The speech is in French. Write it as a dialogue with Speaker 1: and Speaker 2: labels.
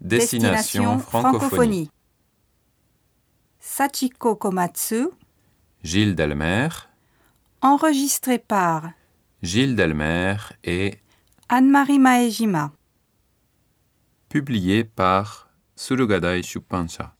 Speaker 1: Destination francophonie.
Speaker 2: Sachiko Komatsu,
Speaker 1: Gilles Delmer,
Speaker 2: enregistré par
Speaker 1: Gilles Delmer et
Speaker 2: Anne-Marie Maejima.
Speaker 1: publié par Surugadai Shupansha.